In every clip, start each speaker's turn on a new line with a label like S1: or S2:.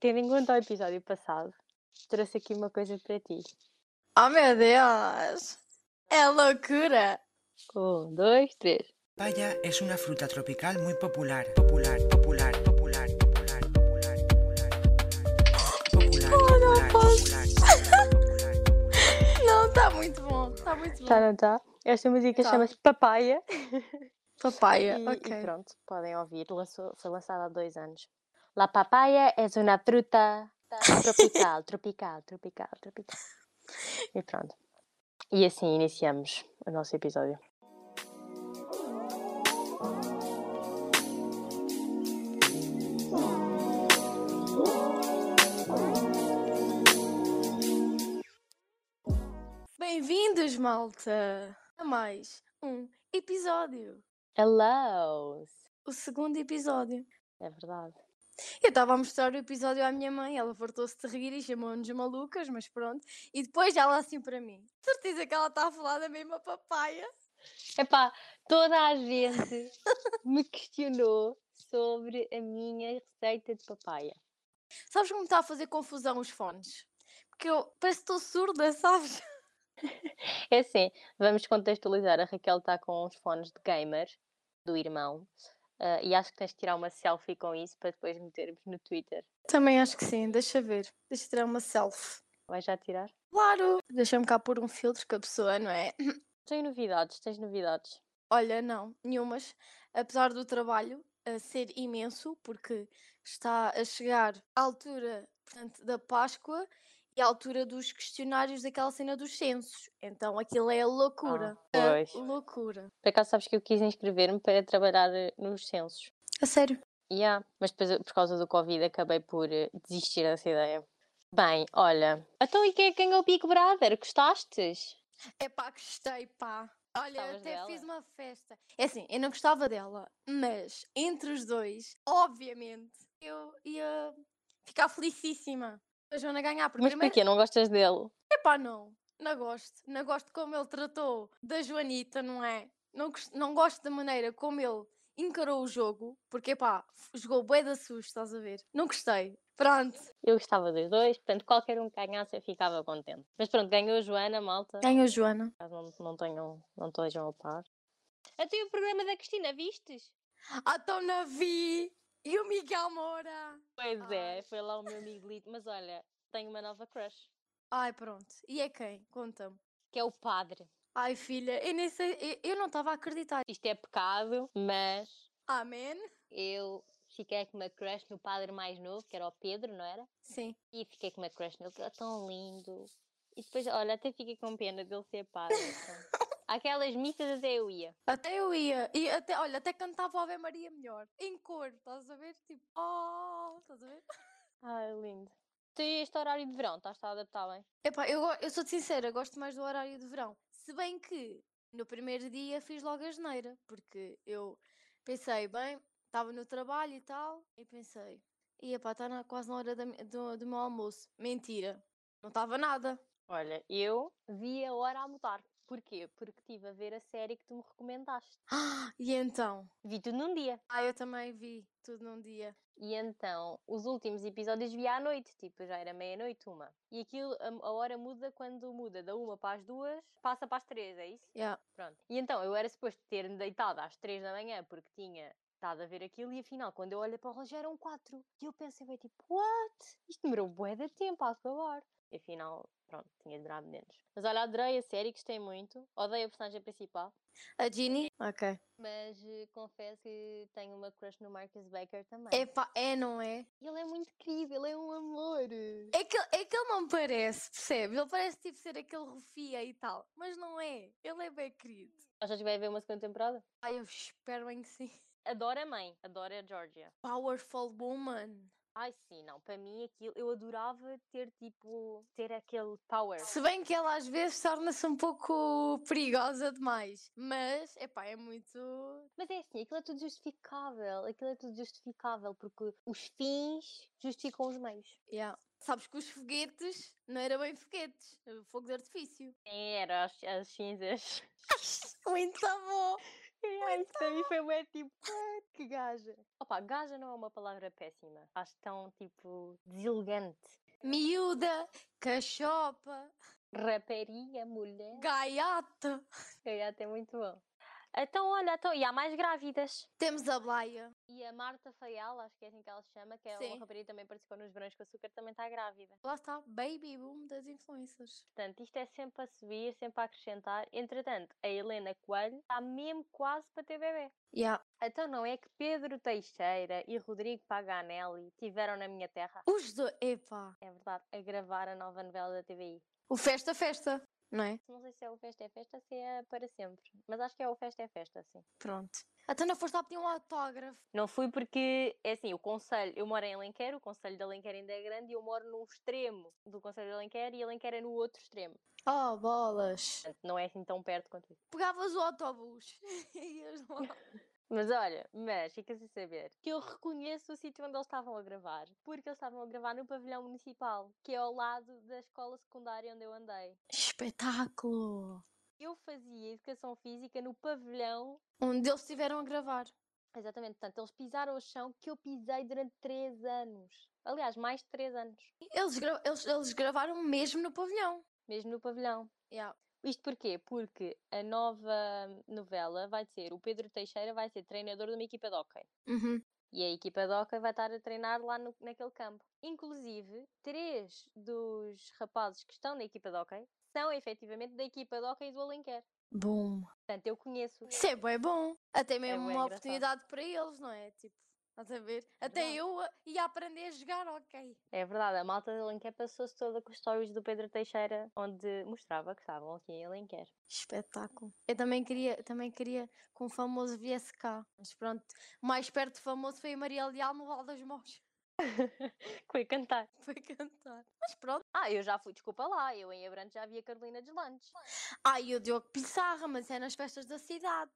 S1: tendo em conta o episódio passado, trouxe aqui uma coisa para ti.
S2: Oh meu Deus! É loucura!
S1: Um, dois, três.
S3: Paya es una fruta tropical muy popular, popular, popular, popular, popular, popular, popular, popular, popular, popular, popular, popular, popular.
S2: Não, está muito bom, está muito
S1: Tá,
S2: bom.
S1: não tá? Esta música
S2: Tá.
S1: chama-se Papaya.
S2: Papaya,
S1: E, e
S2: ok.
S1: pronto, podem ouvir. Lançou- foi lançada há dois anos. La papaya es una fruta
S2: Tá.
S1: tropical, tropical, tropical, tropical. E pronto. E assim iniciamos o nosso episódio.
S2: Bem-vindos, malta! A mais um episódio.
S1: Hello!
S2: O segundo episódio.
S1: É verdade.
S2: Eu estava a mostrar o episódio à minha mãe, ela fartou-se de rir e chamou-nos malucas, mas pronto. E depois ela assim para mim. Certeza que ela está a falar da mesma papaya.
S1: Epá, toda a gente me questionou sobre a minha receita de papaya.
S2: Sabes como está a fazer confusão os fones? Porque eu parece que estou surda, sabes?
S1: É assim, vamos contextualizar. A Raquel está com uns fones de gamer do irmão ah, e acho que tens de tirar uma selfie com isso para depois metermos no Twitter.
S2: Também acho que sim, deixa ver. Deixa tirar uma selfie.
S1: Vais já tirar?
S2: Claro! Deixa-me cá pôr um filtro que a pessoa, não é?
S1: Tens novidades, tens novidades.
S2: Olha, não, nenhumas. Apesar do trabalho a ser imenso, porque está a chegar a altura, portanto, da Páscoa e a altura dos questionários daquela cena dos censos. Então aquilo é a loucura.
S1: Ah,
S2: a
S1: pois.
S2: loucura.
S1: Por acaso sabes que eu quis inscrever-me para trabalhar eh, nos censos.
S2: A sério.
S1: Yeah, mas depois, eh, por causa do Covid, acabei por eh, desistir dessa ideia. Bem, olha. Então, e quem é que ganhou o Big Brother? Gostastes?
S2: É pá, gostei, pá. Olha, eu
S1: Gostavas
S2: até fiz
S1: dela?
S2: uma festa. É assim, eu não gostava dela, mas entre os dois, obviamente, eu ia ficar felicíssima. A Joana ganhar, porque
S1: Mas
S2: primeiro-
S1: porquê? Não gostas dele?
S2: Epá, não. Não gosto. Não gosto como ele tratou da Joanita, não é? Não, gos- não gosto da maneira como ele encarou o jogo, porque, epá, f- jogou bué da susto, estás a ver? Não gostei. Pronto.
S1: Eu gostava dos dois, portanto, qualquer um que ganhasse eu ficava contente. Mas pronto, ganhou a Joana, malta.
S2: Ganhou Joana.
S1: Caso não, não tenham, não estejam a par. Até o programa da Cristina, vistes?
S2: Ah, então Navi e o Miguel Moura.
S1: Pois
S2: Ai.
S1: é, foi lá o meu miguelito. Mas olha, tenho uma nova crush,
S2: Ai, pronto. E é quem? Conta-me.
S1: que é o padre.
S2: Ai, filha, eu nem sei, eu- eu não estava a acreditar.
S1: Isto é pecado, mas
S2: Amém?
S1: eu fiquei com uma crush no padre mais novo, que era o Pedro, não era?
S2: Sim.
S1: E fiquei com uma crush nele, que era tão lindo. E depois, olha, até fiquei com pena dele ser padre. então. Aquelas missas até eu ia.
S2: Até eu ia. E até, olha, até cantava Ave Maria melhor. Em cor, estás a ver? Tipo, oh, estás a ver?
S1: Ai, lindo. Tu e este horário de verão, estás a adaptar bem?
S2: Epá, eu, go- eu sou-te sincera, gosto mais do horário de verão. Se bem que no primeiro dia fiz logo a geneira, porque eu pensei, bem, estava no trabalho e tal, e pensei, e epá, está na, quase na hora da mi- do, do meu almoço. Mentira, não estava nada.
S1: Olha, eu vi a hora a mudar. Porquê? Porque estive a ver a série que tu me recomendaste.
S2: Ah, e então?
S1: Vi tudo num dia.
S2: Ah, eu também vi tudo num dia.
S1: E então, os últimos episódios vi à noite, tipo, já era meia-noite, uma. E aquilo, a, a hora muda quando muda da uma para as duas, passa para as três, é isso?
S2: Yeah.
S1: Pronto. E então, eu era suposto ter-me deitado às três da manhã, porque tinha estado a ver aquilo, e afinal, quando eu olho para o relógio, eram quatro. E eu pensei, bem, tipo, what? Isto demorou bué de tempo a acabar. E afinal, pronto, tinha demorado menos. Mas olha, adorei a série, gostei muito. Odeio a personagem principal.
S2: A Ginny? Ok.
S1: Mas eh, confesso que tenho uma crush no Marcus Baker também.
S2: Epá, é, não é?
S1: Ele é muito querido, ele é um amor.
S2: É que, é que ele não me parece, percebe? Ele parece tipo ser aquele rufia e tal, mas não é. Ele é bem querido.
S1: Achas que vai haver uma segunda temporada?
S2: Ai, eu espero bem que sim.
S1: Adoro a mãe, adoro a Georgia.
S2: Powerful Woman.
S1: Ai sim, não, para mim aquilo, eu adorava ter tipo, ter aquele power.
S2: Se bem que ela às vezes torna-se um pouco perigosa demais. Mas, epá, é muito.
S1: Mas é assim, aquilo é tudo justificável, aquilo é tudo justificável, porque os fins justificam os meios.
S2: Yeah. Sabes que os foguetes não eram bem foguetes, era fogo de artifício.
S1: Era as, as cinzas.
S2: Muito bom!
S1: Ai, é isso para mim foi bué tipo, "Ah, que gaja. Opa, gaja não é uma palavra péssima. Acho tão, tipo, deselegante.
S2: Miúda, cachopa,
S1: Raparia, mulher.
S2: gaiata.
S1: É até muito bom. Então, olha, então, e há mais grávidas.
S2: Temos a Blaia.
S1: E a Marta Faial, acho que é assim que ela se chama, que é
S2: Sim.
S1: uma rapariga que também participou nos Verões com Açúcar, também está grávida.
S2: Lá está, baby boom das influencers.
S1: Portanto, isto é sempre a subir, sempre a acrescentar. Entretanto, a Helena Coelho está mesmo quase para ter bebê.
S2: Yeah.
S1: Então não é que Pedro Teixeira e Rodrigo Paganelli tiveram na minha terra,
S2: Os dois, epá.
S1: é verdade, a gravar a nova novela da TVI.
S2: O Festa Festa, não é?
S1: Não sei se é o Festa é Festa, se é para sempre. Mas acho que é o Festa é Festa, sim.
S2: Pronto. Até não foste lá pedir um autógrafo.
S1: Não fui porque, é assim, o Conselho, eu moro em Alenquer, o Conselho de Alenquer ainda é grande e eu moro num extremo do Conselho de Alenquer e Alenquer é no outro extremo.
S2: Oh, bolas.
S1: Portanto, não é assim tão perto quanto isso.
S2: Pegavas o autobus e ias lá.
S1: Mas olha, mas fica-se a saber que eu reconheço o sítio onde eles estavam a gravar, porque eles estavam a gravar no pavilhão municipal, que é ao lado da escola secundária onde eu andei.
S2: Espetáculo!
S1: Eu fazia educação física no pavilhão.
S2: Onde eles estiveram a gravar.
S1: Exatamente, portanto, eles pisaram o chão que eu pisei durante 3 anos. Aliás, mais de 3 anos.
S2: Eles, gra- eles, eles gravaram mesmo no pavilhão.
S1: Mesmo no pavilhão.
S2: Yeah.
S1: Isto porquê? Porque a nova novela vai ser, o Pedro Teixeira vai ser treinador de uma equipa de hóquei.
S2: Uhum.
S1: E a equipa de hockey vai estar a treinar lá no- naquele campo. Inclusive, três dos rapazes que estão na equipa de hockey são efetivamente da equipa de hockey do Alenquer.
S2: Bom.
S1: Portanto, eu conheço.
S2: Isso é bem bom. Até
S1: bué
S2: mesmo uma
S1: engraçado.
S2: oportunidade para eles, não é? Tipo, estás a ver? Até
S1: Verdade.
S2: eu a- ia aprender a jogar, ok.
S1: É verdade, a malta de Alenquer passou-se toda com os stories do Pedro Teixeira, onde mostrava que estavam aqui em Alenquer.
S2: Espetáculo. Eu também queria, também queria que um famoso viesse cá. Mas pronto, o mais perto de famoso foi a Maria Leal no Val das Mãos.
S1: Fui cantar.
S2: Foi cantar. Mas pronto.
S1: Ah, eu já fui, desculpa lá, eu em Abrantes já vi a Carolina Deslandes.
S2: Ah, e o Diogo Pissarra, mas é nas festas da cidade.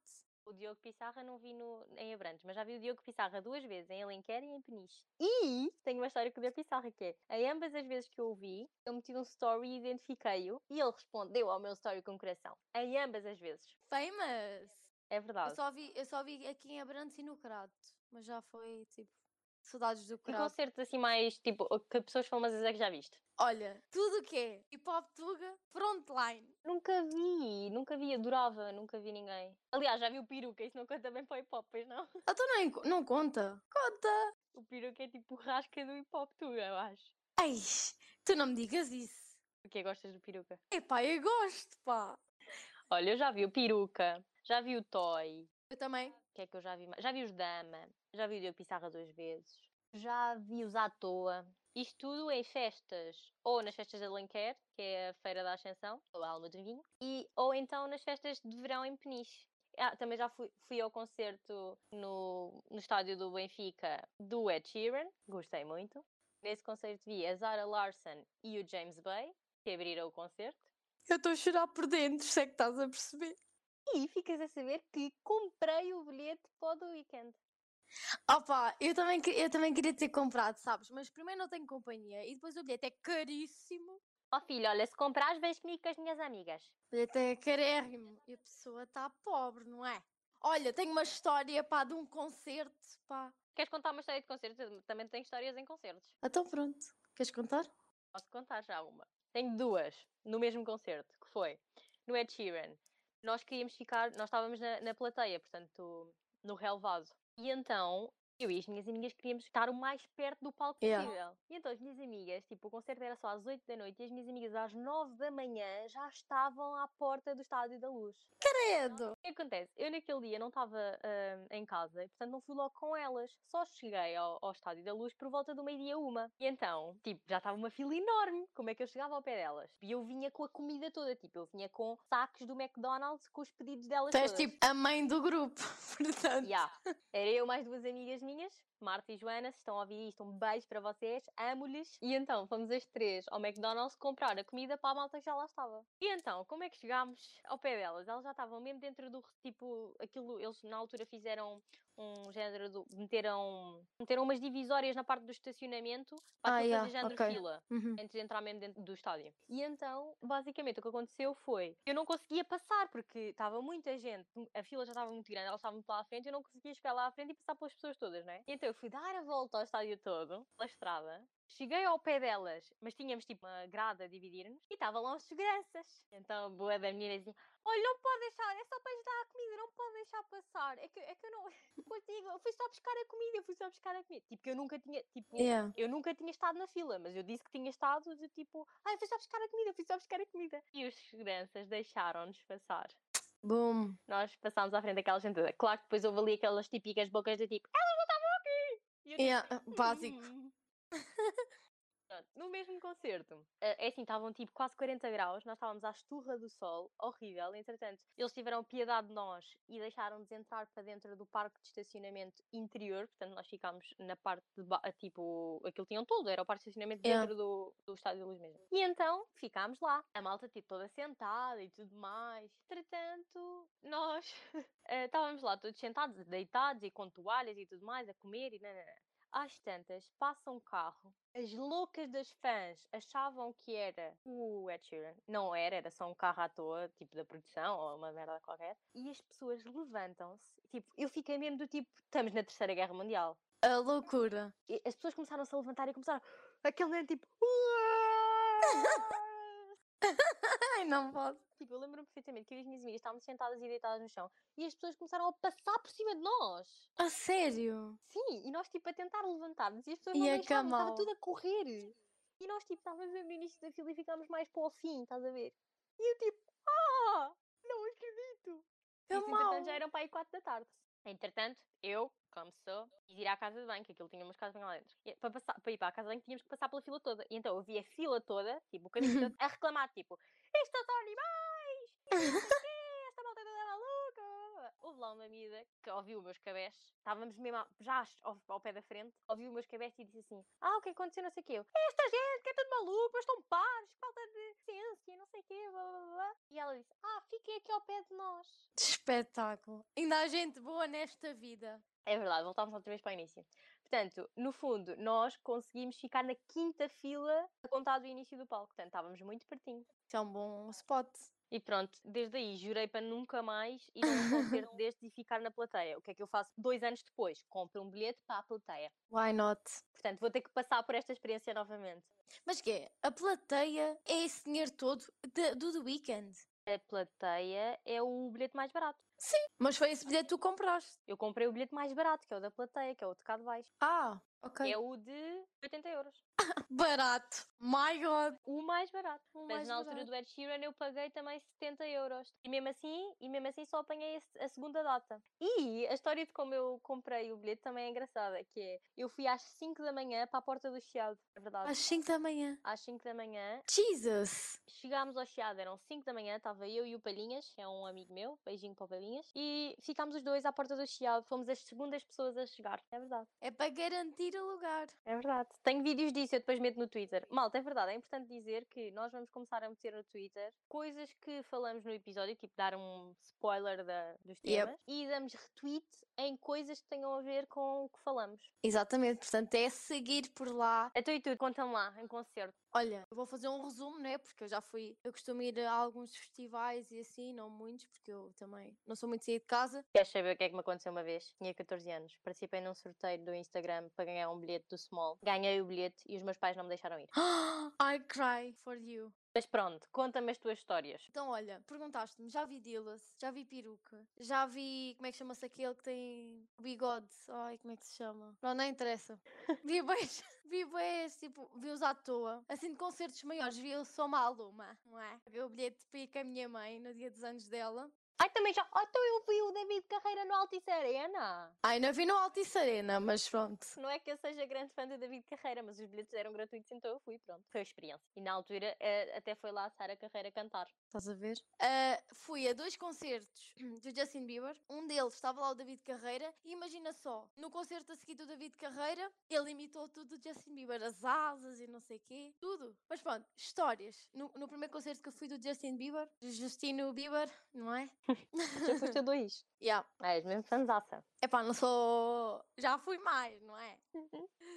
S1: O Diogo Pissarra não vi no, em Abrantes, mas já vi o Diogo Pissarra duas vezes, em Alenquer e em Peniche. E tenho uma história com o Diogo Pissarra, que é, em ambas as vezes que eu o vi, eu meti um story e identifiquei-o, e ele respondeu ao meu story com coração. Em ambas as vezes.
S2: Famous!
S1: É verdade.
S2: Eu só vi, eu só vi aqui em Abrantes e no Crato. Mas já foi, tipo, saudades do
S1: Que
S2: Crato.
S1: concertos assim mais, tipo, o que pessoas famosas é que já viste?
S2: Olha, tudo o que é hip hop tuga, frontline.
S1: Nunca vi, nunca vi, adorava, nunca vi ninguém. Aliás, já vi o peruca, isso não conta bem para o hip-hop, pois não?
S2: Então não, enco- não conta. Conta!
S1: O peruca é tipo o rasca do hip-hop, tu, eu acho.
S2: Ai, tu não me digas isso.
S1: Porque gostas do peruca?
S2: Epá, eu gosto, pá.
S1: Olha, eu já vi o peruca, já vi o toy,
S2: Eu também.
S1: o que é que eu já vi mais? Já vi os Dama, já vi o Diogo Pissarra duas vezes, já vi os à toa. Isto tudo em festas, ou nas festas de Alenquer, que é a Feira da Ascensão, ou a Alma do Vinho, e, ou então nas festas de verão em Peniche. Ah, também já fui, fui ao concerto no, no estádio do Benfica do Ed Sheeran, gostei muito. Nesse concerto vi a Zara Larson e o James Bay, que abriram o concerto.
S2: Eu estou a chorar por dentro, se é que estás a perceber.
S1: E ficas a saber que comprei o bilhete para o The Weekend.
S2: Opa, eu também, que- eu também queria ter comprado, sabes? Mas primeiro não tenho companhia e depois o bilhete é caríssimo.
S1: Ó filho, olha, se comprares, vens comigo com as minhas amigas.
S2: Olha, até é carérrimo. E a pessoa está pobre, não é? Olha, tenho uma história, pá, de um concerto, pá.
S1: Queres contar uma história de concertos? Eu também tenho histórias em concertos.
S2: Então pronto, queres contar?
S1: Posso contar já uma. Tenho duas no mesmo concerto, que foi no Ed Sheeran. Nós queríamos ficar, nós estávamos na, na plateia, portanto, no relvado. E então, eu e as minhas amigas queríamos estar o mais perto do palco
S2: Yeah.
S1: possível. E então as minhas amigas, tipo, o concerto era só às 8 da noite e as minhas amigas às 9 da manhã já estavam à porta do Estádio da Luz.
S2: Credo!
S1: O que acontece? Eu naquele dia não estava ah, em casa, e, portanto não fui logo com elas. Só cheguei ao, ao Estádio da Luz por volta do meio-dia uma. E então, tipo, já estava uma fila enorme. Como é que eu chegava ao pé delas? E eu vinha com a comida toda, tipo, eu vinha com sacos do McDonald's com os pedidos delas
S2: Tu és
S1: todas.
S2: tipo a mãe do grupo, portanto.
S1: Ya. Era eu mais duas amigas minhas, Marta e Joana, se estão a ouvir isto, um beijo para vocês, amo-lhes. E então fomos as três ao McDonald's comprar a comida para a malta que já lá estava. E então, como é que chegámos ao pé delas? Elas já estavam mesmo dentro do, re- tipo, aquilo, eles na altura fizeram um género do, meteram, meteram umas divisórias na parte do estacionamento para
S2: Ah,
S1: aquilo
S2: yeah,
S1: fazer género
S2: ok.
S1: fila
S2: Uhum.
S1: antes de entrar mesmo dentro do estádio. E então, basicamente, o que aconteceu foi eu não conseguia passar porque estava muita gente, a fila já estava muito grande, elas estavam muito lá à frente, eu não conseguia chegar lá à frente e passar pelas pessoas todas, não é? E então eu fui dar a volta ao estádio todo, pela estrada. Cheguei ao pé delas, mas tínhamos tipo uma grada a dividir-nos e estavam lá os seguranças. Então a boa da menina dizia: Olha, não pode deixar, é só para lhes dar a comida, não pode deixar passar. É que, é que eu não consigo, eu fui só buscar a comida, eu fui só buscar a comida. Tipo, que eu nunca tinha, tipo,
S2: Yeah.
S1: eu nunca tinha estado na fila, mas eu disse que tinha estado de tipo, ai, fui só buscar a comida, fui só buscar a comida. E os seguranças deixaram-nos passar.
S2: Boom.
S1: Nós passámos à frente daquela gente toda. Claro que depois houve ali aquelas típicas bocas de tipo, elas não estavam aqui! E eu tipo,
S2: Yeah. Básico.
S1: "Hum." Pronto, No mesmo concerto, eh, é assim, estavam tipo quase 40 graus, nós estávamos à esturra do sol, horrível. Entretanto, eles tiveram piedade de nós e deixaram-nos entrar para dentro do parque de estacionamento interior, portanto, nós ficámos na parte de ba- eh, tipo, aquilo tinham tudo, era o parque de estacionamento
S2: Yeah.
S1: dentro do, do Estádio da Luz mesmo. E então ficámos lá, a malta tipo toda sentada e tudo mais. Entretanto, nós eh, estávamos lá todos sentados, deitados e com toalhas e tudo mais, a comer e nananã. Às tantas, passa um carro. As loucas das fãs achavam que era o Ed Sheeran. Não era, era só um carro à toa, tipo da produção ou uma merda qualquer. E as pessoas levantam-se. Tipo, eu fiquei mesmo do tipo, estamos na Terceira Guerra Mundial.
S2: A loucura.
S1: E as pessoas começaram-se a levantar e começaram. Aquele momento tipo. "Uau!"
S2: Ai, não pode.
S1: Tipo, eu lembro-me perfeitamente que eu e as minhas amigas estávamos sentadas e deitadas no chão e as pessoas começaram a passar por cima de nós.
S2: A sério?
S1: Sim, e nós tipo a tentar levantar-nos e as pessoas
S2: E
S1: não
S2: é que é
S1: deixavam, estava
S2: mau.
S1: tudo a correr. E nós tipo estávamos mesmo no início da fila e ficámos mais para o fim, estás a ver? E eu tipo, ah, não acredito.
S2: Que
S1: Isso,
S2: mal.
S1: entretanto já eram para aí 4 da tarde. Entretanto, eu, como sou, quis ir à casa de banho, que aquilo tinha umas casas de banho lá dentro. E para, passar, para ir para a casa de banho tínhamos que passar pela fila toda. E então eu vi a fila toda, tipo, o caminho todo, a reclamar, tipo, isto são animais! Isto não sei o quê, esta malta toda é maluca! Houve lá uma miúda que ouviu os meus cabés, estávamos mesmo a- já aos- ao, ao pé da frente, ouviu os meus cabés e disse assim: Ah, o que aconteceu? Não sei o quê. Eu, Esta gente que é tudo maluca, estão pares, falta de ciência, não sei o quê, blá blá blá, blá. E ela disse: Ah, fiquem aqui ao pé de nós.
S2: Espetáculo. Ainda há gente boa nesta vida.
S1: É verdade, voltámos outra vez para o início. Portanto, no fundo, nós conseguimos ficar na quinta fila a contar do início do palco. Portanto, estávamos muito pertinho.
S2: Isso é um bom spot.
S1: E pronto, desde aí jurei para nunca mais ir a um concerto destes e ficar na plateia. O que é que eu faço dois anos depois? Compro um bilhete para a plateia.
S2: Why not?
S1: Portanto, vou ter que passar por esta experiência novamente.
S2: Mas que é? A plateia é esse dinheiro todo de- do The Weekend.
S1: A plateia é o bilhete mais barato.
S2: Mas foi esse bilhete que tu compraste.
S1: Eu comprei o bilhete mais barato, que é o da plateia, que é o de cá de baixo.
S2: Ah,
S1: que
S2: ok.
S1: É o de 80 euros.
S2: Barato. My God.
S1: O mais barato.
S2: O
S1: Mas
S2: mais
S1: na altura
S2: barato.
S1: do Ed Sheeran eu paguei também 70 euros. E mesmo assim, e mesmo assim só apanhei a se- a segunda data. E a história de como eu comprei o bilhete também é engraçada, que é, eu fui às 5 da manhã para a porta do Chiado, é verdade.
S2: Às 5 da manhã.
S1: Às 5 da manhã,
S2: Jesus.
S1: chegámos ao Chiado, eram 5 da manhã, estava eu e o Palhinhas, que é um amigo meu, beijinho para o Palhinhas, e ficámos os dois à porta do Chiado, fomos as segundas pessoas a chegar, é verdade.
S2: É para garantir o lugar.
S1: É verdade. Tenho vídeos disso, eu depois meto no Twitter. Malta, é verdade, é importante dizer que nós vamos começar a meter no Twitter coisas que falamos no episódio, tipo dar um spoiler da- dos
S2: Yep.
S1: temas, e damos retweet em coisas que tenham a ver com o que falamos.
S2: Exatamente. Portanto, é seguir por lá.
S1: Então e tu, conta-me lá, em concerto.
S2: Olha, eu vou fazer um resumo, né? Porque eu já fui. Eu costumo ir a alguns festivais e assim, não muitos, porque eu também não sou muito sair de casa.
S1: Queres saber o que é que me aconteceu uma vez? Tinha 14 anos, participei num sorteio do Instagram para ganhar um bilhete do Small. Ganhei o bilhete e os meus pais não me deixaram ir.
S2: I cry for you.
S1: Mas pronto, conta-me as tuas histórias.
S2: Então, olha, perguntaste-me, já vi Dillas, já vi peruca, já vi, como é que chama-se aquele que tem o bigode? Ai, como é que se chama? Não, não interessa. Vi boés, vi boés, tipo, vi-os à toa. Assim, de concertos maiores, vi eu só uma aluma, não é? Paguei o bilhete para ir com a minha mãe no dia dos anos dela.
S1: Ai, também já. Ah, então eu vi o David Carreira no Altice Arena.
S2: Ai, não vi no Altice Arena, mas pronto.
S1: Não é que eu seja grande fã do David Carreira, mas os bilhetes eram gratuitos, então eu fui, pronto. Foi a experiência. E na altura eh, até foi lá a Sara Carreira cantar.
S2: Estás a ver? Ah, fui a dois concertos do Justin Bieber. Um deles estava lá o David Carreira. E imagina só, no concerto a seguir do David Carreira, ele imitou tudo do Justin Bieber. As asas e não sei quê. Tudo. Mas pronto, histórias. No, no primeiro concerto que eu fui do Justin Bieber, do Justino Bieber, não é?
S1: Já foste a dois.
S2: Yeah.
S1: Ah, és mesmo fanzaça.
S2: Epá, não sou... Já fui mais, não é?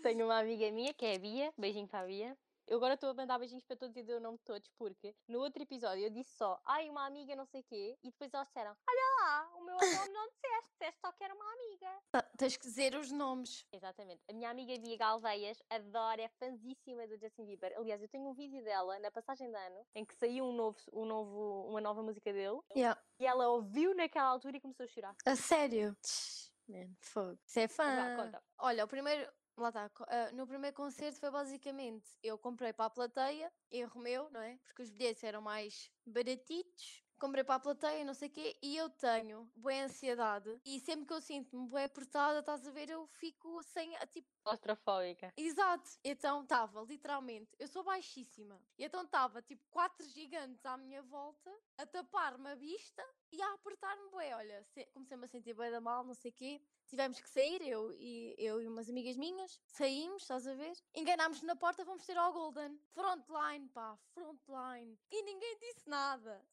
S1: Tenho uma amiga minha que é a Bia, beijinho para a Bia. Eu agora estou a mandar beijinhos para todos e dei o nome de todos, porque no outro episódio eu disse só, ai, uma amiga não sei quê, e depois elas disseram, olha lá, o meu nome não disseste, disseste só que era uma amiga.
S2: Tá- Tens que dizer os nomes.
S1: Exatamente. A minha amiga Bia Galveias adora, é fanzíssima do Justin Bieber. Aliás, eu tenho um vídeo dela na passagem de ano, em que saiu um novo, um novo, uma nova música dele,
S2: Yeah.
S1: e ela ouviu naquela altura e começou a chorar.
S2: A sério? Tch, Man, fogo. Você é fã.
S1: Mas vá, conta.
S2: Olha, o primeiro. Lá está. ah, no primeiro concerto foi basicamente. Eu comprei para a plateia, erro meu, não é? Porque os bilhetes eram mais baratitos. Comprei para a plateia, não sei o quê, e eu tenho boa ansiedade. E sempre que eu sinto-me boa apertada, estás a ver, eu fico sem. a- Tipo,
S1: Claustrofóbica.
S2: exato. Então estava, literalmente. Eu sou baixíssima. E então estava, tipo, quatro gigantes à minha volta, a tapar-me a vista e a apertar-me bué, olha, se- comecei-me a sentir bué da mal, não sei o quê. Tivemos que sair, eu e, eu e umas amigas minhas, saímos, estás a ver? Enganámos na porta, vamos ter ao Golden. Frontline, pá, frontline. E ninguém disse nada.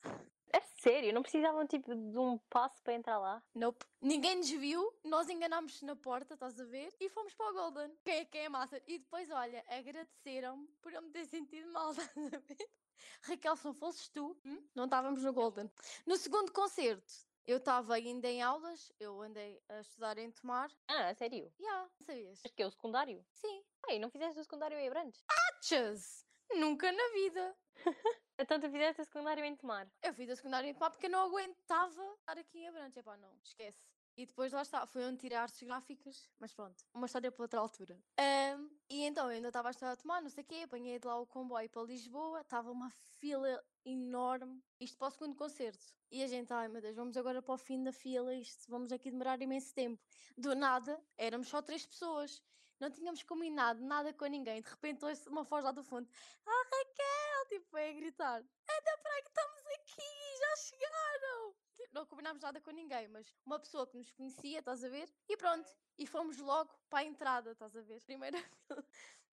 S1: É sério, não precisavam tipo de um passo para entrar lá.
S2: Nope. Ninguém nos viu, nós enganámos na porta, estás a ver? E fomos para o Golden. Quem é quem é massa? E depois, olha, agradeceram-me por eu me ter sentido mal, estás a ver? Raquel, se não fosses tu, hum, não estávamos no Golden. No segundo concerto, eu estava ainda em aulas, eu andei a estudar em Tomar.
S1: Ah, sério?
S2: Já, yeah, sabias?
S1: Acho que é o secundário.
S2: Sim.
S1: Ai, não fizeste o secundário em Abrantes?
S2: Achas? Nunca na vida.
S1: Então tu fizeste o secundário em Tomar.
S2: Eu fui da secundária em Tomar porque eu não aguentava estar aqui em Abrantes. Epá, não, esquece. E depois lá está, foi onde tirar artes gráficas, mas pronto, uma história para outra altura. Ahm, e então eu ainda estava a estudar a tomar, não sei o quê, apanhei de lá o comboio para Lisboa, estava uma fila enorme, isto para o segundo concerto. E a gente, ai meu Deus, vamos agora para o fim da fila, isto, vamos aqui demorar imenso tempo. Do nada, éramos só três pessoas, não tínhamos combinado nada com ninguém, de repente ouço uma voz lá do fundo, ah Raquel, tipo, é a gritar, anda para aí que estamos aqui, já chegaram! Tipo, Não combinámos nada com ninguém, mas uma pessoa que nos conhecia, estás a ver? E pronto, e fomos logo para a entrada, estás a ver? Primeira fila.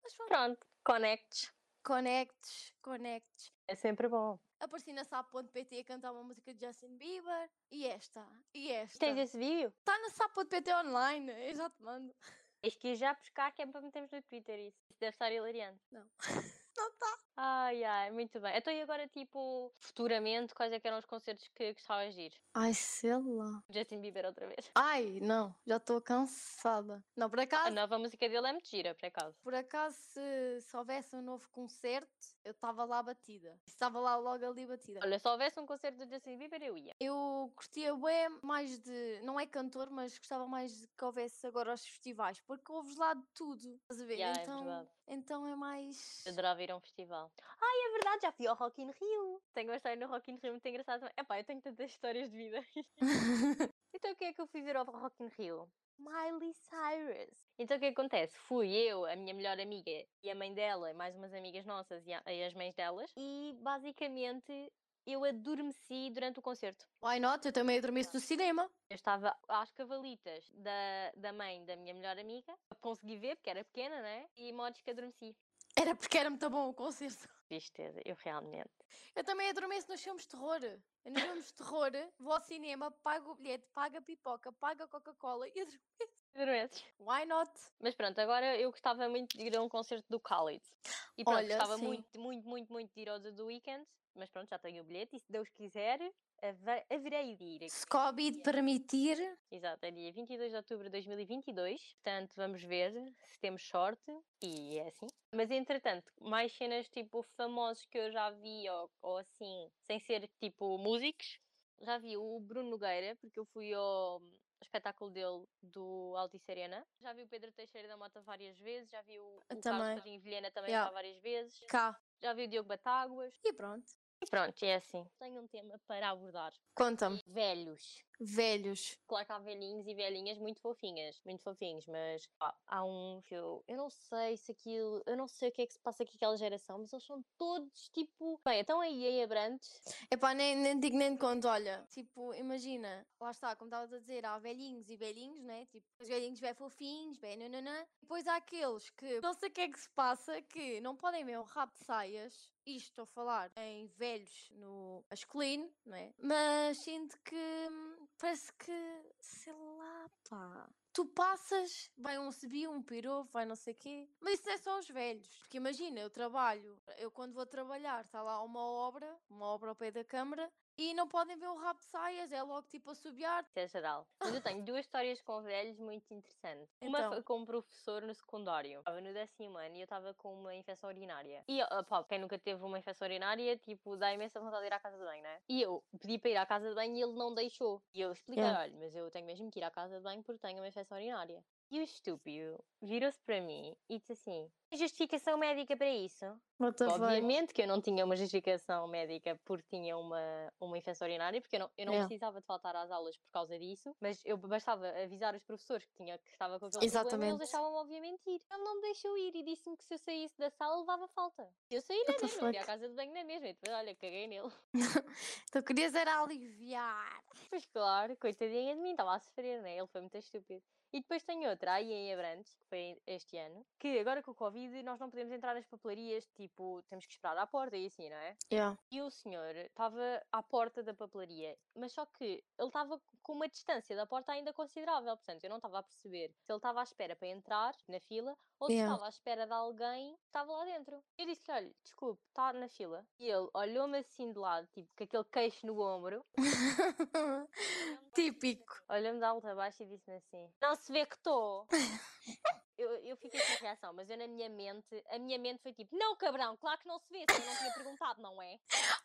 S2: Mas pronto.
S1: Pronto, conectes.
S2: Conectes, conectes.
S1: É sempre bom.
S2: Apareci na sapo.pt a cantar uma música de Justin Bieber. E esta, e esta.
S1: Tens esse vídeo?
S2: Está na sapo.pt online, eu já te mando.
S1: Tens que ir já buscar que é para metermos no Twitter isso. Isso deve estar hilariante.
S2: Não
S1: tá.
S2: está.
S1: Ai, ai, muito bem. Então e agora, tipo, futuramente, quais é que eram os concertos que gostavas de ir?
S2: Ai, sei lá.
S1: Justin Bieber outra vez.
S2: Ai, não, já estou cansada. Ah, Não, por acaso,
S1: A nova música dele é muito gira, por acaso.
S2: por acaso, se, se houvesse um novo concerto, eu estava lá batida. Estava lá logo ali batida.
S1: Olha, se houvesse um concerto do Justin Bieber, eu ia.
S2: Eu curtia bué mais de. Não é cantor, mas gostava mais de que houvesse agora os festivais, porque ouves lá de tudo. Estás a ver?
S1: Yeah, é
S2: então,
S1: verdade.
S2: então é mais.
S1: Eu Adorava ir a um festival. Ai, é verdade, já fui ao Rock in Rio. Tenho uma história no Rock in Rio muito engraçada. também. Epá, eu tenho tantas histórias de vida. então o que é que eu fui ver ao Rock in Rio? Miley Cyrus. Então o que acontece? Fui eu, a minha melhor amiga e a mãe dela, e mais umas amigas nossas e, a- e as mães delas. E basicamente eu adormeci durante o concerto.
S2: Why not? Eu também adormeço do cinema.
S1: Eu estava às cavalitas da, da mãe da minha melhor amiga. Consegui ver, porque era pequena, né? E modos que adormeci.
S2: Era porque era muito bom o concerto.
S1: Tristeza, eu realmente.
S2: Eu também adormeço nos filmes de terror. Eu Nos filmes de terror, vou ao cinema, pago o bilhete, pago a pipoca, pago a Coca-Cola e adormeço.
S1: Adormeces.
S2: Why not?
S1: Mas pronto, agora eu gostava muito de ir a um concerto do Khalid. E pronto,
S2: Olha,
S1: gostava
S2: sim.
S1: muito, muito, muito, muito de ir ao do The Weeknd. Mas pronto, já tenho o bilhete e se Deus quiser, hava- haverei de ir.
S2: Se Covid permitir.
S1: Exato, é dia 22 de outubro de 2022. Portanto, vamos ver se temos sorte. E é assim. Mas entretanto, mais cenas tipo famosos que eu já vi ou, ou assim, sem ser tipo músicos. Já vi o Bruno Nogueira, porque eu fui ao hum, espetáculo dele do Altice Arena. Já vi o Pedro Teixeira da Mota várias vezes. Já vi o, o
S2: também.
S1: Carlos Carlos Vilhena também
S2: Yeah.
S1: já várias vezes.
S2: Cá.
S1: Já vi o Diogo Batáguas.
S2: E pronto.
S1: E pronto, é assim. Tenho um tema para abordar.
S2: Conta-me.
S1: Velhos.
S2: Velhos.
S1: Claro que há velhinhos e velhinhas muito fofinhas, muito fofinhos, mas pá, há um que eu, eu não sei se aquilo, eu não sei o que é que se passa com aquela geração, mas eles são todos tipo. Bem, então aí aí Abrantes,
S2: Epá, nem, nem digo nem conto, olha, tipo, imagina, lá está, como estavas a dizer, há velhinhos e velhinhos, né? Tipo, os velhinhos bem fofinhos, bem nananã. Depois há aqueles que, não sei o que é que se passa, que não podem ver um rabo de saias. Isto estou a falar em velhos no masculino, não é? Mas sinto que, hum, parece que, sei lá, pá. Tu passas, vai um subiu, um pirou, vai não sei quê. Mas isso não é só os velhos. Porque imagina, eu trabalho, eu quando vou trabalhar, está lá uma obra, uma obra ao pé da câmara, e não podem ver o rabo de saias, é logo tipo a subiar.
S1: isso é geral. Mas eu tenho duas histórias com velhos muito interessantes. Uma
S2: Então.
S1: foi com um professor no secundário. Estava no décimo ano e eu estava com uma infecção urinária. E, ó, pá, quem nunca teve uma infecção urinária, tipo, dá imensa vontade de ir à casa de banho, né? E eu pedi para ir à casa de banho e ele não deixou. E eu expliquei,
S2: Yeah.
S1: olha, mas eu tenho mesmo que ir à casa de banho porque tenho uma infecção urinária. E o estúpido virou-se para mim e disse assim: "Tem justificação médica para isso?
S2: What the
S1: Obviamente que eu não tinha uma justificação médica porque tinha uma, uma infecção urinária, porque eu não, eu não
S2: Yeah.
S1: precisava de faltar às aulas por causa disso, mas eu bastava avisar os professores que, tinha, que estava com aquele problema e eles
S2: Exatamente.
S1: deixavam-me obviamente ir. Ele não me deixou ir e disse-me que se eu saísse da sala levava falta. Eu saí na
S2: What the
S1: mesma, fui à
S2: fuck?
S1: casa de banho na mesma e depois, olha, caguei nele.
S2: Tu querias era aliviar.
S1: Pois claro, coitadinha de mim, estava a sofrer, né? Ele foi muito estúpido. E depois tem outra, aí em Abrantes, que foi este ano, que agora com o Covid nós não podemos entrar nas papelarias, tipo, temos que esperar à porta e assim, não é?
S2: Yeah.
S1: E o senhor estava à porta da papelaria, mas só que ele estava com uma distância da porta ainda considerável, portanto eu não estava a perceber se ele estava à espera para entrar na fila ou se
S2: Yeah.
S1: estava à espera de alguém que estava lá dentro. Eu disse-lhe: olha, desculpe, está na fila. E ele olhou-me assim de lado, tipo, com aquele queixo no ombro,
S2: Típico.
S1: olhou-me de alto a baixo e disse-me assim: não se vê que estou. Eu, eu fiquei sem reação, mas eu na minha mente, a minha mente foi tipo, não cabrão, claro que não se vê, se eu não tinha perguntado, não é?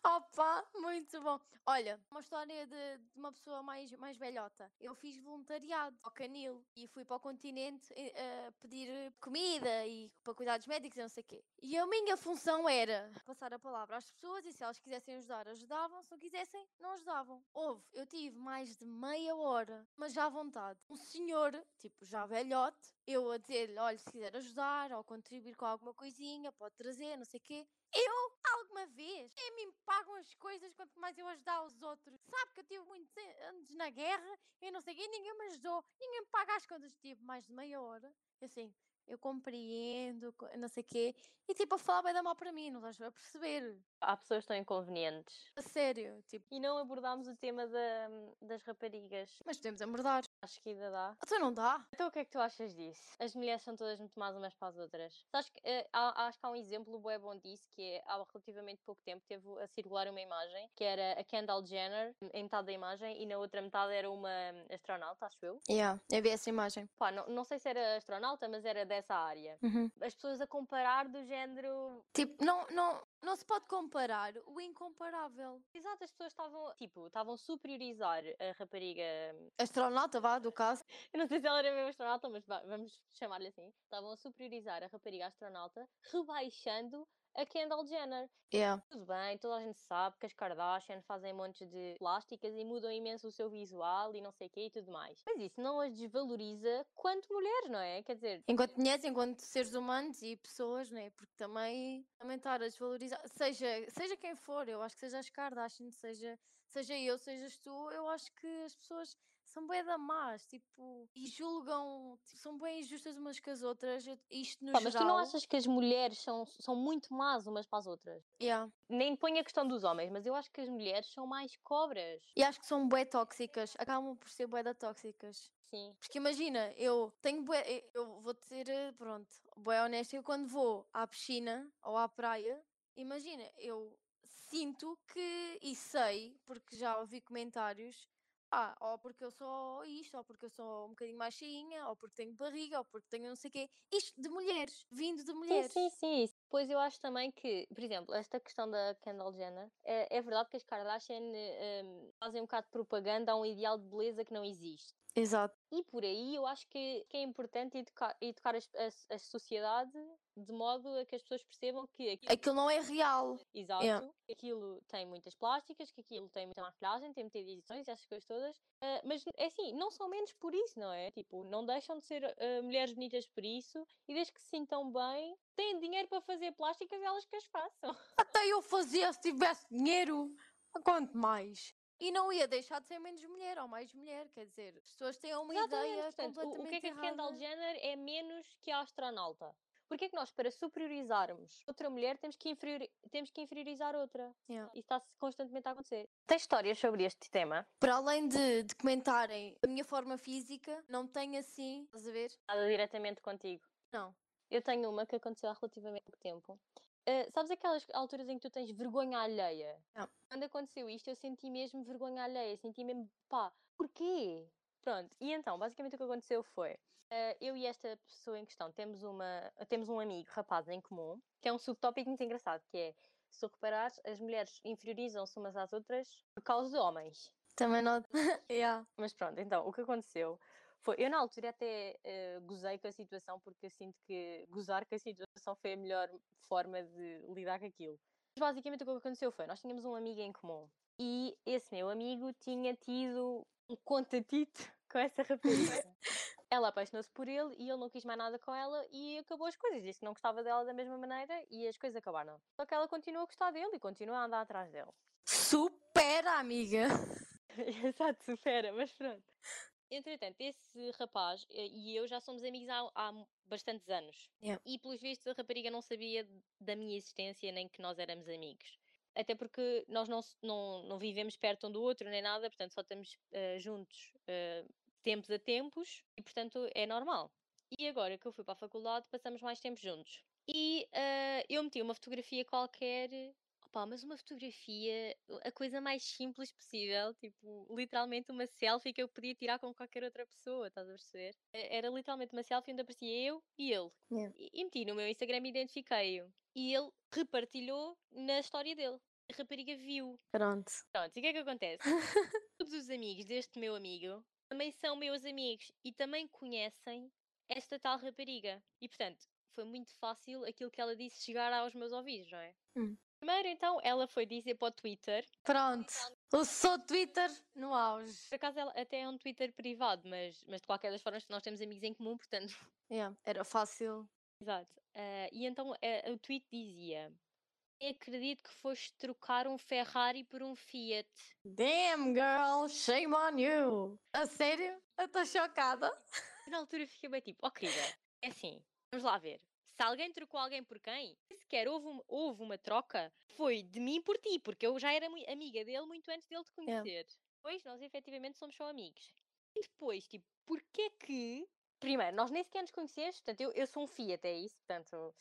S2: Opa, muito bom. Olha, uma história de, de uma pessoa mais, mais velhota. Eu fiz voluntariado ao Canil e fui para o continente eh, eh, pedir eh, comida e para cuidados médicos e não sei o quê. E a minha função era passar a palavra às pessoas e se elas quisessem ajudar, ajudavam. Se não quisessem, não ajudavam. Houve, eu tive mais de meia hora, mas já à vontade. Um senhor, tipo, já velhote, eu a dizer-lhe, olha, se quiser ajudar ou contribuir com alguma coisinha, pode trazer, não sei o quê. Eu Alguma vez? A mim pagam as coisas quanto mais eu ajudar os outros. Sabe que eu tive muitos an- anos na guerra, eu não sei, e ninguém me ajudou, ninguém me paga as contas. Tive mais de meia hora, assim, eu compreendo, co- não sei o quê. E tipo, a falar bem da mal para mim, não estás a perceber.
S1: Há pessoas tão inconvenientes.
S2: A sério, tipo,
S1: E não abordámos o tema da- das raparigas.
S2: mas podemos abordar.
S1: Acho que ainda dá.
S2: Então não dá.
S1: Então o que é que tu achas disso? As mulheres são todas muito más umas para as outras. Sabes que, eh, há- acho que há um exemplo bué bom disso, que é há relativamente pouco tempo teve a circular uma imagem, que era a Kendall Jenner em metade da imagem e na outra metade era uma hum, astronauta, acho eu.
S2: Yeah, eu vi essa imagem.
S1: Pá, não, não sei se era astronauta, mas era dessa área.
S2: Uhum.
S1: As pessoas a comparar do género,
S2: Tipo, não, não, não se pode comparar o incomparável.
S1: exato, as pessoas estavam, tipo, estavam a superiorizar a rapariga hum,
S2: Astronauta, vá, do caso.
S1: Eu não sei se ela era mesmo astronauta, mas vá- vamos chamar-lhe assim. Estavam a superiorizar a rapariga astronauta, rebaixando a Kendall Jenner.
S2: Yeah.
S1: Tudo bem, toda a gente sabe que as Kardashian fazem montes de plásticas e mudam imenso o seu visual e não sei o quê e tudo mais. Mas isso não as desvaloriza quanto mulheres, não é? Quer dizer,
S2: Enquanto mulheres, enquanto seres humanos e pessoas, né? Porque também, também estar a desvalorizar, seja, seja quem for, eu acho que seja as Kardashian, seja, seja eu, sejas tu, eu acho que as pessoas são bem da más, tipo, e julgam, tipo, são bem injustas umas com as outras, eu- isto no
S1: pá, mas
S2: geral.
S1: tu não achas que as mulheres são, são muito más umas para as outras?
S2: Yeah.
S1: Nem põe a questão dos homens, mas eu acho que as mulheres são mais cobras.
S2: E acho que são bué tóxicas, acabam por ser bué da tóxicas.
S1: Sim.
S2: Porque imagina, eu tenho bué, eh, eu vou dizer, eh, pronto, bué honesta, eu quando vou à piscina ou à praia, imagina, eu sinto que, e sei, porque já ouvi comentários, ah, ou porque eu sou isto, ou porque eu sou um bocadinho mais cheinha, ou porque tenho barriga, ou porque tenho não sei o quê. Isto de mulheres, vindo de
S1: Sim,
S2: mulheres.
S1: sim, sim. Pois eu acho também que, por exemplo, esta questão da Kendall Jenner, hum, é, é verdade que as Kardashian eh, em, fazem um bocado de propaganda a um ideal de beleza que não existe.
S2: Exato.
S1: E por aí eu acho que, que é importante educar, educar as- as- a, sociedade de modo a que as pessoas percebam que aquilo,
S2: Aquilo não é real.
S1: exato,
S2: yeah.
S1: que aquilo tem muitas plásticas, que aquilo tem muita maquilhagem, tem muitas edições, essas coisas todas. ah, mas é assim, não são menos por isso, não é? Tipo, não deixam de ser ah, mulheres bonitas por isso e desde que se sintam bem, têm dinheiro para fazer plásticas, elas que as façam.
S2: Até eu fazia se tivesse dinheiro. Ah, Quanto mais? E não ia deixar de ser menos mulher ou mais mulher, quer dizer, as pessoas têm uma
S1: Exatamente,
S2: ideia
S1: portanto, o-
S2: é, completamente
S1: o que é que a
S2: errada.
S1: Kendall Jenner é menos que a astronauta? Porque é que nós, para superiorizarmos outra mulher, temos que, inferiori- temos que inferiorizar outra?
S2: Yeah.
S1: Isso está-se constantemente a acontecer. Tem histórias sobre este tema?
S2: Para além de, de comentarem a minha forma física, não tenho assim, estás a ver?
S1: Nada diretamente contigo?
S2: Não.
S1: Eu tenho uma que aconteceu há relativamente pouco tempo. Ah, sabes aquelas alturas em que tu tens vergonha alheia?
S2: Não.
S1: Quando aconteceu isto, eu senti mesmo vergonha alheia, senti mesmo, pá, porquê? Pronto, e então, basicamente o que aconteceu foi, ah, eu e esta pessoa em questão temos, uma, temos um amigo, rapaz, em comum, que é um subtópico muito engraçado, que é, se tu reparares, as mulheres inferiorizam-se umas às outras por causa de homens.
S2: Também não. yeah.
S1: Mas pronto, então, o que aconteceu foi. Eu, na altura, até eh, gozei com a situação, porque eu sinto que gozar com a situação foi a melhor forma de lidar com aquilo. Mas basicamente, o que aconteceu foi: nós tínhamos um amigo em comum e esse meu amigo tinha tido um contatito com essa rapariga. ela apaixonou-se por ele e ele não quis mais nada com ela e acabou as coisas. Disse que não gostava dela da mesma maneira e as coisas acabaram. Só que ela continua a gostar dele e continua a andar atrás dele.
S2: Supera, amiga!
S1: Exato, supera, mas pronto. Entretanto, esse rapaz eh, e eu já somos amigos há, há mu- bastantes anos.
S2: Yeah.
S1: E pelos vistos a rapariga não sabia d- da minha existência nem que nós éramos amigos. Até porque nós não, se- não, não vivemos perto um do outro nem nada, portanto só estamos eh, juntos eh, tempos a tempos e portanto é normal. E agora que eu fui para a faculdade passamos mais tempo juntos. E eh, eu meti uma fotografia qualquer Opá, mas uma fotografia, o- a coisa mais simples possível, tipo, literalmente uma selfie que eu podia tirar com qualquer outra pessoa, estás a perceber? E- Era literalmente uma selfie onde aparecia eu e ele.
S2: Yeah.
S1: E, e meti no meu Instagram e identifiquei-o. E ele repartilhou na história dele. A rapariga viu.
S2: Pronto.
S1: Pronto, e o que é que acontece? Todos os amigos deste meu amigo também são meus amigos e também conhecem esta tal rapariga. E portanto, foi muito fácil aquilo que ela disse chegar aos meus ouvidos, não é?
S2: Hum.
S1: Primeiro, então, ela foi dizer para o Twitter.
S2: Pronto. O sou Twitter no auge.
S1: Por acaso, ela até é um Twitter privado, mas, mas de qualquer das formas, nós temos amigos em comum, portanto,
S2: Yeah, Era fácil.
S1: Exato. Ah, e então eh, o tweet dizia: "Nem Acredito que foste trocar um Ferrari por um Fiat.
S2: Damn, girl, shame on you. A sério? Eu estou chocada.
S1: Eu, Na altura fiquei bem tipo: Oh, querida, é assim, vamos lá ver. Se alguém trocou alguém por quem, se sequer houve uma, houve uma troca, foi de mim por ti, porque eu já era mui- amiga dele muito antes dele te conhecer. Pois, nós efetivamente somos só amigos. E depois, tipo, porquê que. Primeiro, nós nem sequer nos conhecemos, portanto, eu, eu sou um Fiat, é isso, portanto.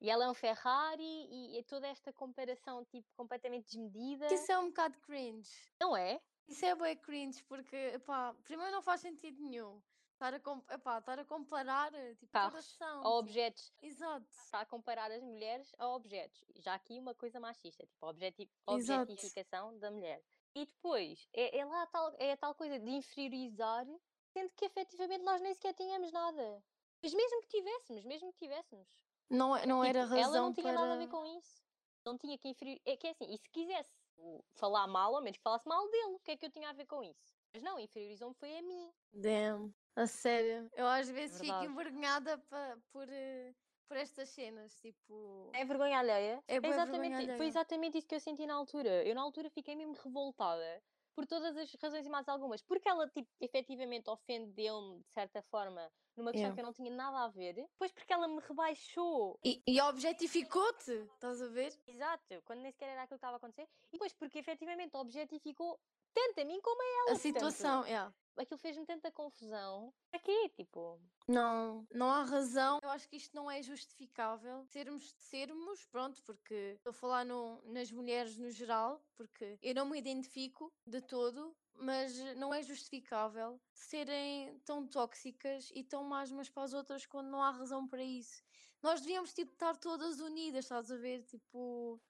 S1: E ela é um Ferrari e, e toda esta comparação, tipo, completamente desmedida.
S2: Isso é um bocado cringe.
S1: Não é?
S2: Isso é bem cringe porque, epá, primeiro não faz sentido nenhum. Estar a, com- epá, estar a comparar, eh, tipo,
S1: Carros
S2: coração.
S1: A objetos.
S2: Exato.
S1: Está a comparar as mulheres a objetos. Já aqui uma coisa machista, tipo, a objeti
S2: Exato.
S1: objetificação da mulher. E depois, é, é lá a tal, é a tal coisa de inferiorizar, sendo que efetivamente nós nem sequer tínhamos nada. Mas mesmo que tivéssemos, mesmo que tivéssemos.
S2: Não, é- não era
S1: Tipo,
S2: razão
S1: Ela não tinha
S2: para...
S1: nada a ver com isso. Não tinha que inferir. É que é assim, e se quisesse o- falar mal, ao menos que falasse mal dele, o que é que eu tinha a ver com isso? Mas não, inferiorizou-me foi a mim.
S2: Damn. A sério. Eu às vezes fico
S1: É verdade.
S2: envergonhada pa- por, eh, por estas cenas, tipo...
S1: É vergonha alheia.
S2: É bué vergonha
S1: exatamente, Foi
S2: alheia.
S1: exatamente isso que eu senti na altura. Eu na altura fiquei mesmo revoltada por todas as razões e mais algumas. Porque ela tipo, efetivamente ofendeu-me de certa forma numa questão
S2: Yeah.
S1: que eu não tinha nada a ver. Depois porque ela me rebaixou.
S2: E, e objetificou-te, estás a ver?
S1: Exato, quando nem sequer era aquilo que estava a acontecer. E depois porque efetivamente objetificou tanto a mim como a
S2: A
S1: ela. portanto,
S2: situação, yeah.
S1: aquilo fez-me tanta confusão. Para quê? Tipo,
S2: Não, não há razão. Eu acho que isto não é justificável. Sermos, sermos, pronto, porque estou a falar no- nas mulheres no geral, porque eu não me identifico de todo, mas não é justificável serem tão tóxicas e tão más umas para as outras quando não há razão para isso. Nós devíamos tipo, estar todas unidas, estás a ver? Tipo,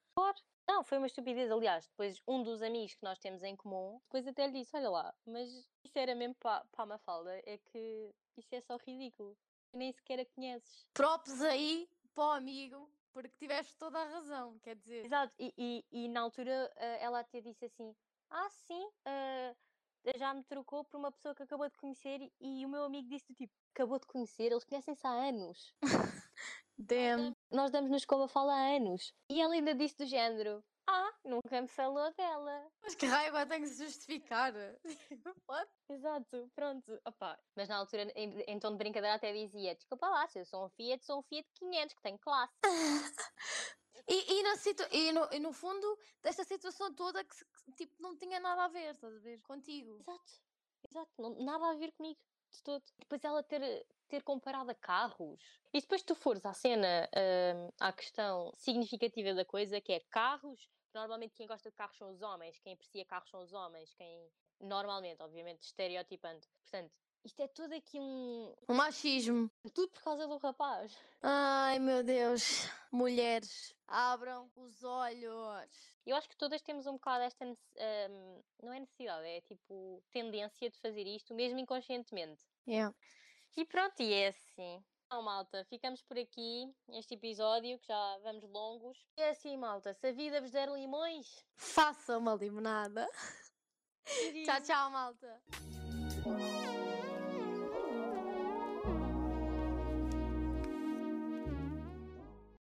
S1: Não, foi uma estupidez. Aliás, depois um dos amigos que nós temos em comum, depois até lhe disse: Olha lá, mas isso era mesmo para a Mafalda, é que isso é só ridículo. Tu nem sequer a conheces.
S2: props aí para o amigo, porque tiveste toda a razão, quer dizer.
S1: Exato, e, e- e na altura eh, ela até disse assim: Ah, sim, eh, já me trocou por uma pessoa que acabou de conhecer, e, e o meu amigo disse do tipo: Acabou de conhecer, eles conhecem-se há anos.
S2: Damn.
S1: Nós damos nos como a fala há anos. E ela ainda disse do género: Ah, nunca me falou dela.
S2: Mas que raio agora tenho que se justificar? What?
S1: Exato, pronto, opá. Mas na altura, em, em tom de brincadeira, até dizia: Desculpa lá, se eu sou um Fiat, sou um Fiat 500, que tem classe.
S2: E, e, na situ- e no, e no fundo, desta situação toda que, se- que, tipo, não tinha nada a ver, estás a ver? Contigo.
S1: Exato, exato, não, nada a ver comigo de todo. Depois ela ter, ter comparado a carros. E depois tu fores à cena, hum, à questão significativa da coisa, que é carros, normalmente quem gosta de carros são os homens, quem aprecia carros são os homens, quem normalmente, obviamente, estereotipando. Portanto, isto é tudo aqui um.
S2: O machismo.
S1: Tudo por causa do rapaz.
S2: Ai meu Deus, mulheres, abram os olhos.
S1: Eu acho que todas temos um bocado esta. nece- hum, não é necessidade, é tipo tendência de fazer isto, mesmo inconscientemente. E pronto, e é assim. Então, malta, ficamos por aqui este episódio, que já vamos longos. E é assim, malta, se a vida vos der limões...
S2: Faça uma limonada. Tchau,
S1: tirinhos.
S2: tchau, malta.